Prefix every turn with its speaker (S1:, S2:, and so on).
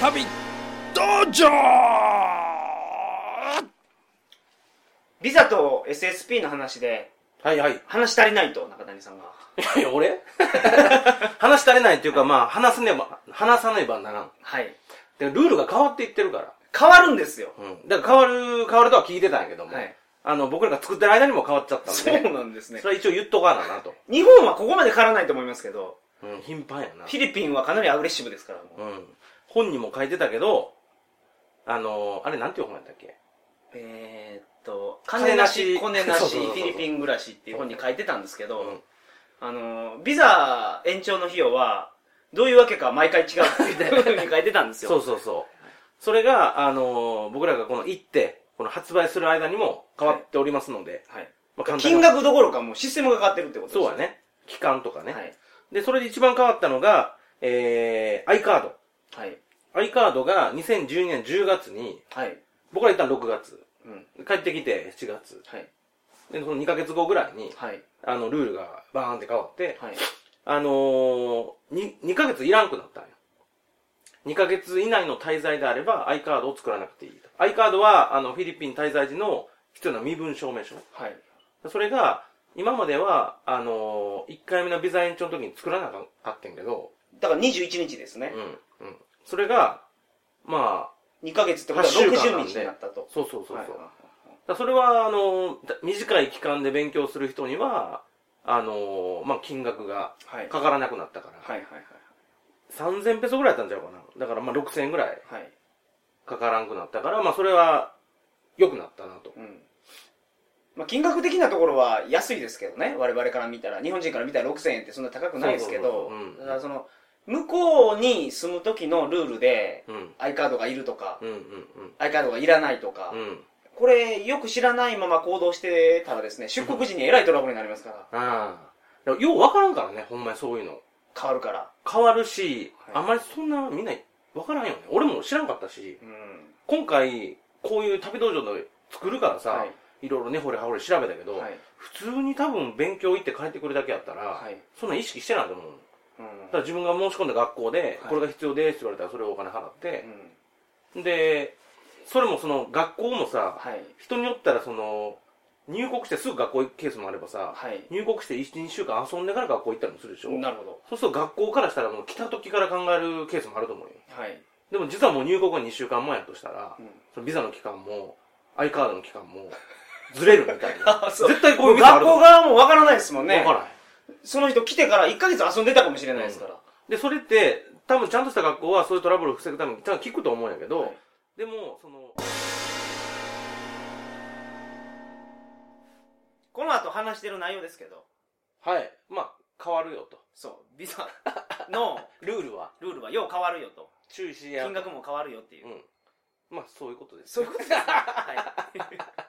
S1: 旅道場
S2: ビザと SSP の話で、
S3: はいはい。
S2: 話足りないと、中谷さんが。
S3: いやいや、俺 話足りないっていうか、まあ、話すねば、話さねばならん。
S2: はい。
S3: でルールが変わっていってるから。
S2: 変わるんですよ。
S3: うん。だから変わる、変わるとは聞いてたんやけども。
S2: はい
S3: あの、僕らが作ってる間にも変わっちゃったんで。
S2: そうなんですね
S3: そ。れは一応言っとかななと。
S2: 日本はここまで変わらないと思いますけど、
S3: うん、頻繁やな。
S2: フィリピンはかなりアグレッシブですから、もう
S3: うん。本にも書いてたけど、あの、あれなんていう本やったっけ
S2: えーっと、金なし、コ
S3: 金
S2: ネ
S3: な
S2: な
S3: し
S2: し、フィリピン暮らしっていう本に書いてたんですけど、
S3: うん
S2: あの、ビザ延長の費用は、どういうわけか毎回違うっていうふうに書いてたんですよ。
S3: そうそうそう。それが、あの僕らがこの行って、この発売する間にも変わっておりますので、
S2: はい。
S3: まあ簡単
S2: 金
S3: な
S2: 額どころかもうシステムが変わってるってことです
S3: そうは
S2: ね。
S3: ね。期間とかね。
S2: はい。
S3: で、それで一番変わったのが、えー、i カード。
S2: はい。
S3: i カードが2012年10月に、
S2: はい。
S3: 僕ら一旦6月。
S2: うん。
S3: 帰ってきて7月。
S2: はい。
S3: で、その2ヶ月後ぐらいに、
S2: はい。
S3: あの、ルールがバーンって変わって、
S2: はい。
S3: あのー、に、2ヶ月いらんくなったんよ。2ヶ月以内の滞在であれば、i カードを作らなくていいと。i カードは、あの、フィリピン滞在時の必要な身分証明書。
S2: はい。
S3: それが、今までは、あのー、1回目のビザ延長の時に作らなかったんやけど、
S2: だから21日ですね。
S3: うん。うん。それが、ま
S2: 2ヶ月ってことは
S3: 8週間な
S2: 60
S3: んで
S2: 日になったと
S3: あ、。そうそうそうそう。
S2: はい
S3: だからそれは、あのーだ短い期間で勉強する人には、あのーまあ、金額が
S2: はい。
S3: かからなくなったから、
S2: はいはい
S3: 3000ペソぐらいだったんちゃうかな。だから、まあ、6000円ぐらい
S2: はい。はい。
S3: かからんくなったから、まあ、それは、良くなったなと。
S2: うん。まあ、金額的なところは安いですけどね。我々から見たら。日本人から見たら6000円ってそんな高くないですけど
S3: そうそうそううん。
S2: だからその、向こうに住む時のルールで、
S3: うん。
S2: i カードがいるとか、
S3: うんうん
S2: i カードがいらないとか
S3: うん。う、ん。
S2: これよく知らないまま行動してたらですね、出国時にえらいトラブルになりますから。
S3: ああ。ようわからんからね、ほんまにそういうの。
S2: 変わるから。
S3: 変わるし、
S2: はい
S3: あんまりそんなみんな分からんよね。俺も知らんかったし、
S2: うん。
S3: 今回、こういう旅道場の作るからさ、
S2: はい
S3: い、ろいろね、ほれはほれ調べたけど、
S2: はい。
S3: 普通に多分勉強行って帰ってくるだけやったら、
S2: はい
S3: そんな意識してないと思うの。
S2: う
S3: ただ自分が申し込んだ学校で、これが必要ですって言われたらそれをお金払って、
S2: ん。うん。
S3: で、それもその学校もさ、
S2: はい。
S3: 人によったらその、入国してすぐ学校行くケースもあればさ、
S2: はい
S3: 入国して1、2週間遊んでから学校行ったりもするでしょ。
S2: なるほど。
S3: そうすると学校からしたらもう来た時から考えるケースもあると思うよ。
S2: はい。
S3: でも実はもう入国が2週間前やとしたら、
S2: うん
S3: そのビザの期間も、i カードの期間も、ずれるみたい な。
S2: そう
S3: 絶対こういうミスあ
S2: 学
S3: ると
S2: 校
S3: 思う。
S2: 側もわからないですもんね
S3: わ。からない。
S2: その人来てから1ヶ月遊んでたかもしれないですから。
S3: で、それって、多分ちゃんとした学校はそういうトラブルを防ぐためにちゃんと聞くと思うんやけど、
S2: はい
S3: でも、その、
S2: この後話してる内容ですけど、
S3: はい。まあ、変わるよと。
S2: そう、ビ ザの
S3: ルールは
S2: ルールはよう変わるよと。
S3: 注意しや。
S2: 金額も変わるよっていうう。
S3: ん。まあ、そういうことです。
S2: そういうことですね。はい。